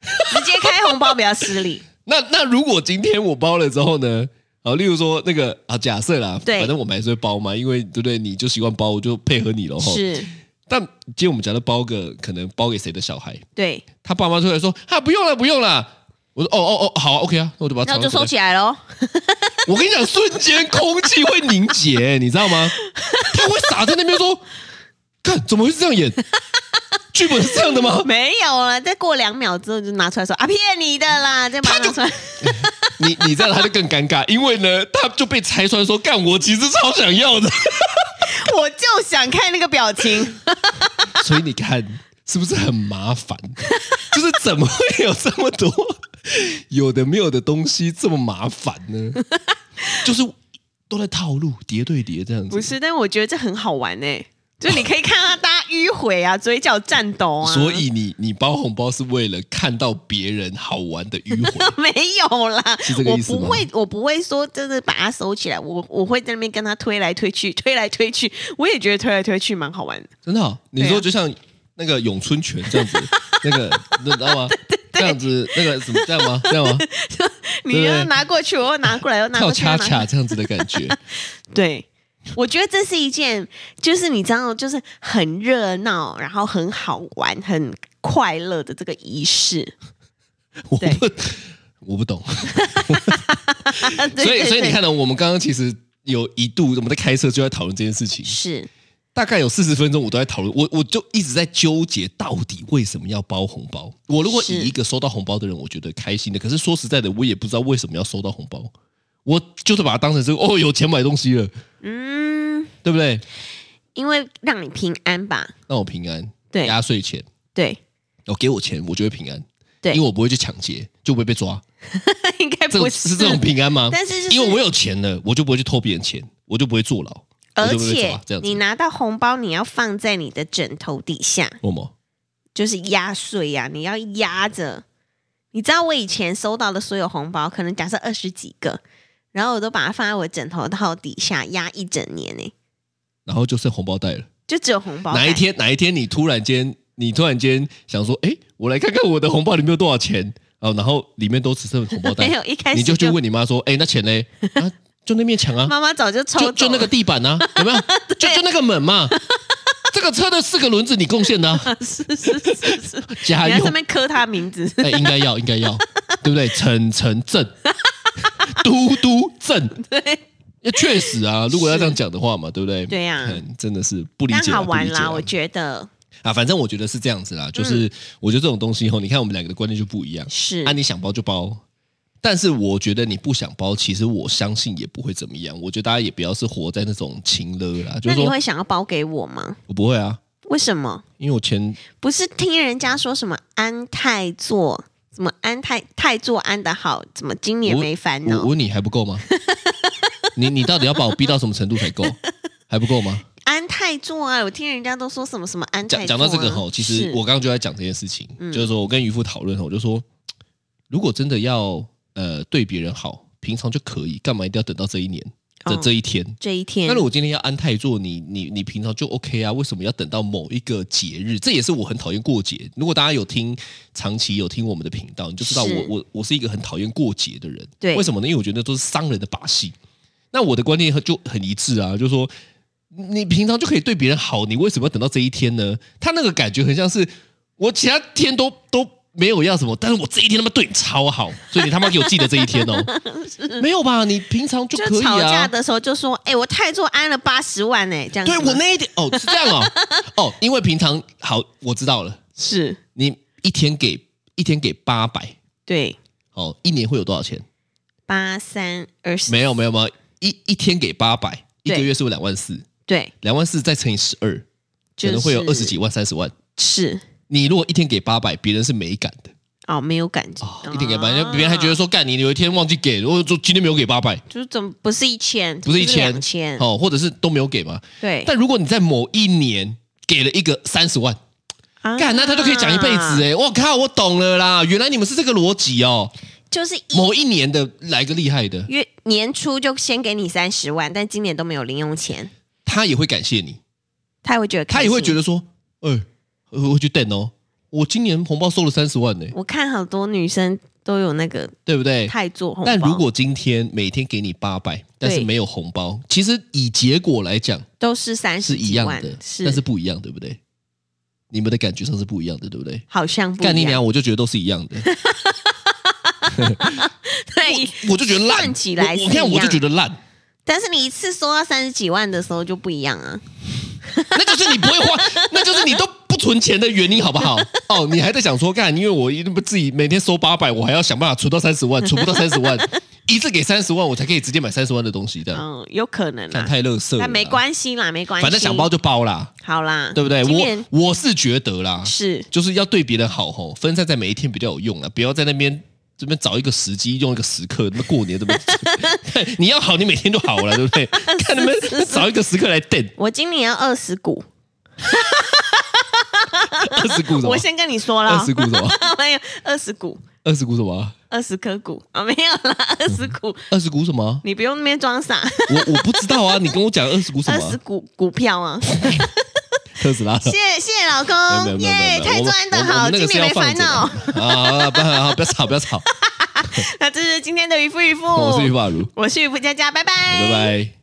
[SPEAKER 2] 直接开红包比较失 礼。
[SPEAKER 3] 那那如果今天我包了之后呢？好，例如说那个啊，假设啦，
[SPEAKER 2] 对
[SPEAKER 3] 反正我们还是会包嘛，因为对不对？你就习惯包，我就配合你了吼。
[SPEAKER 2] 是，
[SPEAKER 3] 但今天我们假设包个，可能包给谁的小孩？
[SPEAKER 2] 对，
[SPEAKER 3] 他爸妈出来说：“啊，不用了，不用了。”我说：“哦哦哦，好、啊、，OK 啊，那我就把它
[SPEAKER 2] 那我就
[SPEAKER 3] 藏
[SPEAKER 2] 收
[SPEAKER 3] 在口袋
[SPEAKER 2] 起来喽。
[SPEAKER 3] 我跟你讲，瞬间空气会凝结，你知道 吗？他会傻在那边说：“看，怎么会是这样演？剧本是这样的吗
[SPEAKER 2] 没有了，再过两秒之后就拿出来说啊，骗你的啦，再把它拿出 来。？”
[SPEAKER 3] 你你这样他就更尴尬，因为呢，他就被拆穿说：“干，我其实超想要的。
[SPEAKER 2] 我就想看那个表情。”
[SPEAKER 3] 所以你看，是不是很麻烦？就是怎么会有这么多 有的没有的东西这么麻烦呢？就是都在套路叠对叠这样子，
[SPEAKER 2] 不是，但我觉得这很好玩哎、就你可以看到大家迂回啊，嘴角颤抖啊。
[SPEAKER 3] 所以你你包红包是为了看到别人好玩的 迂回，
[SPEAKER 2] 没有啦
[SPEAKER 3] 是这，个
[SPEAKER 2] 我
[SPEAKER 3] 意思
[SPEAKER 2] 不
[SPEAKER 3] 吗
[SPEAKER 2] 会，我不会说真的把它收起来，我我会在那边跟他推来推去， 推来推去，我也觉得推来推去蛮好玩的。
[SPEAKER 3] 真的哦、你
[SPEAKER 2] 对
[SPEAKER 3] 说
[SPEAKER 2] 啊
[SPEAKER 3] 就像那个咏春拳这 样子，那个你知道吗？这样子那个怎么这样吗？这样 吗？
[SPEAKER 2] 你要拿过去，我要拿过来，我要拿
[SPEAKER 3] 跳
[SPEAKER 2] 过去，
[SPEAKER 3] 恰
[SPEAKER 2] 我要拿过
[SPEAKER 3] 恰这样子的感觉，
[SPEAKER 2] 去 对。我觉得这是一件，就是你知道，就是很热闹，然后很好玩、很快乐的这个仪式。
[SPEAKER 3] 我
[SPEAKER 2] 对
[SPEAKER 3] 不我不懂。所以所以你看呢，啊我们刚刚其实有一度我们在开车就在讨论这件事情，
[SPEAKER 2] 是
[SPEAKER 3] 大概有四十分钟，我都在讨论，我我就一直在纠结到底为什么要包红包。我如果
[SPEAKER 2] 是
[SPEAKER 3] 以一个收到红包的人，我觉得开心的，可是说实在的，我也不知道为什么要收到红包，我就是把它当成这个哦，有钱买东西了，
[SPEAKER 2] 嗯，
[SPEAKER 3] 对不对？
[SPEAKER 2] 因为让你平安吧。
[SPEAKER 3] 让我平安，
[SPEAKER 2] 对
[SPEAKER 3] 压岁钱，
[SPEAKER 2] 对，
[SPEAKER 3] 哦，给我钱，我就会平安，
[SPEAKER 2] 对
[SPEAKER 3] 因为我不会去抢劫，就不会被抓，
[SPEAKER 2] 应该
[SPEAKER 3] 这
[SPEAKER 2] 不
[SPEAKER 3] 是是这种平安吗？
[SPEAKER 2] 但是就是
[SPEAKER 3] 因为我有钱了，我就不会去偷别人钱，我就不会坐牢，我
[SPEAKER 2] 而
[SPEAKER 3] 就不会被
[SPEAKER 2] 且
[SPEAKER 3] 抓，这样子
[SPEAKER 2] 你拿到红包，你要放在你的枕头底下，
[SPEAKER 3] 我吗？
[SPEAKER 2] 就是压岁呀、你要压着。你知道我以前收到的所有红包，可能假设二十几个，然后我都把它放在我枕头套底下压一整年呢、
[SPEAKER 3] 然后就剩红包袋了。
[SPEAKER 2] 就只有红包袋
[SPEAKER 3] 哪一天哪一天你突然间你突然间想说，哎，我来看看我的红包里面有多少钱哦，然后里面都只剩红包袋
[SPEAKER 2] 没，有一开始
[SPEAKER 3] 你就去问你妈说，哎，那钱嘞？啊，就那面墙啊，
[SPEAKER 2] 妈妈早就抽
[SPEAKER 3] 就
[SPEAKER 2] 走
[SPEAKER 3] 就那个
[SPEAKER 2] 了
[SPEAKER 3] 地板啊，有没有？就就那个门嘛，这个车的四个轮子你贡献的啊，
[SPEAKER 2] 是是是哦是，你
[SPEAKER 3] 加
[SPEAKER 2] 在
[SPEAKER 3] 油
[SPEAKER 2] 上！面刻他名字，
[SPEAKER 3] 哎，应该要，应该要，对不对？陈陈 正，嘟嘟正，
[SPEAKER 2] 对，
[SPEAKER 3] 确实啊，如果要这样讲的话嘛，对不对？
[SPEAKER 2] 对啊
[SPEAKER 3] 嗯真的是不理
[SPEAKER 2] 但
[SPEAKER 3] 解啊，
[SPEAKER 2] 好
[SPEAKER 3] 不理
[SPEAKER 2] 玩
[SPEAKER 3] 解
[SPEAKER 2] 啦，
[SPEAKER 3] 啊
[SPEAKER 2] 我觉得
[SPEAKER 3] 啊，反正我觉得是这样子啦，就是、我觉得这种东西吼，你看我们两个的观念就不一样
[SPEAKER 2] 嗯是
[SPEAKER 3] 啊，你想包就包。但是我觉得你不想包，其实我相信也不会怎么样。我觉得大家也不要是活在那种情勒啦，
[SPEAKER 2] 那
[SPEAKER 3] 就是
[SPEAKER 2] 你
[SPEAKER 3] 说
[SPEAKER 2] 会想要包给我吗？
[SPEAKER 3] 我不会啊，
[SPEAKER 2] 为什么？
[SPEAKER 3] 因为我钱
[SPEAKER 2] 不是听人家说什么安泰座，什么安泰泰座安的好，怎么今年
[SPEAKER 3] 我
[SPEAKER 2] 没烦
[SPEAKER 3] 我我
[SPEAKER 2] 恼？
[SPEAKER 3] 问你还不够吗？你你到底要把我逼到什么程度才够？还不够吗？
[SPEAKER 2] 安泰座啊，我听人家都说什么什么安泰、啊。
[SPEAKER 3] 讲讲到这个吼，其实
[SPEAKER 2] 是嗯
[SPEAKER 3] 我刚刚就在讲这件事情，就是说我跟渔夫讨论吼，我就说，如果真的要呃对别人好，平常就可以，干嘛一定要等到这一年？的
[SPEAKER 2] 哦
[SPEAKER 3] 这一天。
[SPEAKER 2] 这一天
[SPEAKER 3] 那如果今天要安泰座，你你你平常就 OK 啊？为什么要等到某一个节日？这也是我很讨厌过节。如果大家有听长期有听我们的频道，你就知道
[SPEAKER 2] 是
[SPEAKER 3] 我我我是一个很讨厌过节的人。
[SPEAKER 2] 对
[SPEAKER 3] 为什么呢？因为我觉得都是商人的把戏。那我的观念就很一致啊，就是说你平常就可以对别人好，你为什么要等到这一天呢？他那个感觉很像是我其他天都都没有要什么，但是我这一天他妈对你超好，所以你他妈给我记得这一天 哦。没有吧？你平常就可
[SPEAKER 2] 就
[SPEAKER 3] 以啊。
[SPEAKER 2] 吵架的时候就说：“哎、我泰铢安了八十万哎、这样子
[SPEAKER 3] 对
[SPEAKER 2] 吗
[SPEAKER 3] 我那一点哦，是这样 哦，哦，因为平常好，我知道了，
[SPEAKER 2] 是
[SPEAKER 3] 你一天给一天给八百，
[SPEAKER 2] 对
[SPEAKER 3] 哦，一年会有多少钱？
[SPEAKER 2] 八三二十
[SPEAKER 3] 没有没有没有，一一天给八百，一
[SPEAKER 2] 对
[SPEAKER 3] 个月是不是两万四？
[SPEAKER 2] 对，
[SPEAKER 3] 两万四再乘以十二，
[SPEAKER 2] 就
[SPEAKER 3] 可能会有
[SPEAKER 2] 是
[SPEAKER 3] 二十几万、三十万。
[SPEAKER 2] 是
[SPEAKER 3] 你如果一天给八百，别人是没感的
[SPEAKER 2] 哦，没有感觉，啊
[SPEAKER 3] 哦，一天给八百，别人还觉得说干你有一天忘记给，如果说今天没有给八百，
[SPEAKER 2] 就是怎么不是一千，
[SPEAKER 3] 不是一千
[SPEAKER 2] 两千，
[SPEAKER 3] 哦，或者是都没有给嘛。
[SPEAKER 2] 对，
[SPEAKER 3] 但如果你在某一年给了一个三十万，
[SPEAKER 2] 啊
[SPEAKER 3] 干，那他就可以讲一辈子哎、欸！我靠，我懂了啦，原来你们是这个逻辑哦。
[SPEAKER 2] 就是一
[SPEAKER 3] 某一年的来个厉害的，
[SPEAKER 2] 月年初就先给你三十万，但今年都没有零用钱，
[SPEAKER 3] 他也会感谢你，
[SPEAKER 2] 他也会觉得，
[SPEAKER 3] 他也会觉。得说，哎、呃我去等哦，我今年红包收了三十万呢、
[SPEAKER 2] 我看好多女生都有那个
[SPEAKER 3] 对不对？
[SPEAKER 2] 泰铢红包，
[SPEAKER 3] 但如果今天每天给你八百，但是
[SPEAKER 2] 对
[SPEAKER 3] 没有红包，其实以结果来讲
[SPEAKER 2] 都是三十
[SPEAKER 3] 是一
[SPEAKER 2] 几
[SPEAKER 3] 样
[SPEAKER 2] 万
[SPEAKER 3] 的，
[SPEAKER 2] 是
[SPEAKER 3] 但是不一样，对不对？你们的感觉上是不一样的，对不对？
[SPEAKER 2] 好像不
[SPEAKER 3] 干
[SPEAKER 2] 一
[SPEAKER 3] 你
[SPEAKER 2] 样，
[SPEAKER 3] 娘，我就觉得都是一样的，
[SPEAKER 2] 对。
[SPEAKER 3] 我就觉得烂
[SPEAKER 2] 算起来
[SPEAKER 3] 我我
[SPEAKER 2] 是一
[SPEAKER 3] 看
[SPEAKER 2] 样
[SPEAKER 3] 我就觉得烂，
[SPEAKER 2] 但是你一次收到三十几万的时候就不一样啊，
[SPEAKER 3] 那就是你不会花，那就是你都不存钱的原因，好 不好？哦，你还在想说干，因为我一定不自己每天收八百，我还要想办法存到三十万，存不到三 十万，一次给三十万，我才可以直接买三十万的东西的，
[SPEAKER 2] 嗯，有可能
[SPEAKER 3] 看
[SPEAKER 2] 啦，
[SPEAKER 3] 太乐色了啦。
[SPEAKER 2] 但没关系啦，没关系，
[SPEAKER 3] 呃反正想包就包啦，
[SPEAKER 2] 好啦，
[SPEAKER 3] 对不对？
[SPEAKER 2] 今年
[SPEAKER 3] 我我是觉得啦，
[SPEAKER 2] 是
[SPEAKER 3] 就是要对别人好吼，分散在每一天比较有用啊，不要在那边。这边找一个时机，用一个时刻，那过年怎么？ 你要好，你每天就好了，对不对？看你们找一个时刻来等
[SPEAKER 2] 我今年要二十股，
[SPEAKER 3] 二十股什么
[SPEAKER 2] 我？先跟你说了
[SPEAKER 3] 二，十股什么？
[SPEAKER 2] 没有二十股，
[SPEAKER 3] 二十股什么？
[SPEAKER 2] 二十颗股啊，没有啦，二十股，
[SPEAKER 3] 二十股什么？
[SPEAKER 2] 你不用那边装傻，
[SPEAKER 3] 我我不知 道啊，你跟我讲二十股什
[SPEAKER 2] 二
[SPEAKER 3] 么
[SPEAKER 2] 十
[SPEAKER 3] 啊？
[SPEAKER 2] 股股票啊，
[SPEAKER 3] 特斯拉。
[SPEAKER 2] 谢谢谢谢老
[SPEAKER 3] 没有
[SPEAKER 2] 公，
[SPEAKER 3] 没有没
[SPEAKER 2] 耶，
[SPEAKER 3] 有没有，
[SPEAKER 2] 太
[SPEAKER 3] 我们
[SPEAKER 2] 赚的
[SPEAKER 3] 我们
[SPEAKER 2] 好，
[SPEAKER 3] 那
[SPEAKER 2] 今
[SPEAKER 3] 个是
[SPEAKER 2] 年
[SPEAKER 3] 要
[SPEAKER 2] 没
[SPEAKER 3] 放
[SPEAKER 2] 烦
[SPEAKER 3] 着的
[SPEAKER 2] 恼。
[SPEAKER 3] 啊！不好，不要吵，不要吵。
[SPEAKER 2] 那这是今天的渔夫渔夫， 哦
[SPEAKER 3] 我是于法如，
[SPEAKER 2] 我是渔夫佳佳，拜拜，
[SPEAKER 3] 拜拜。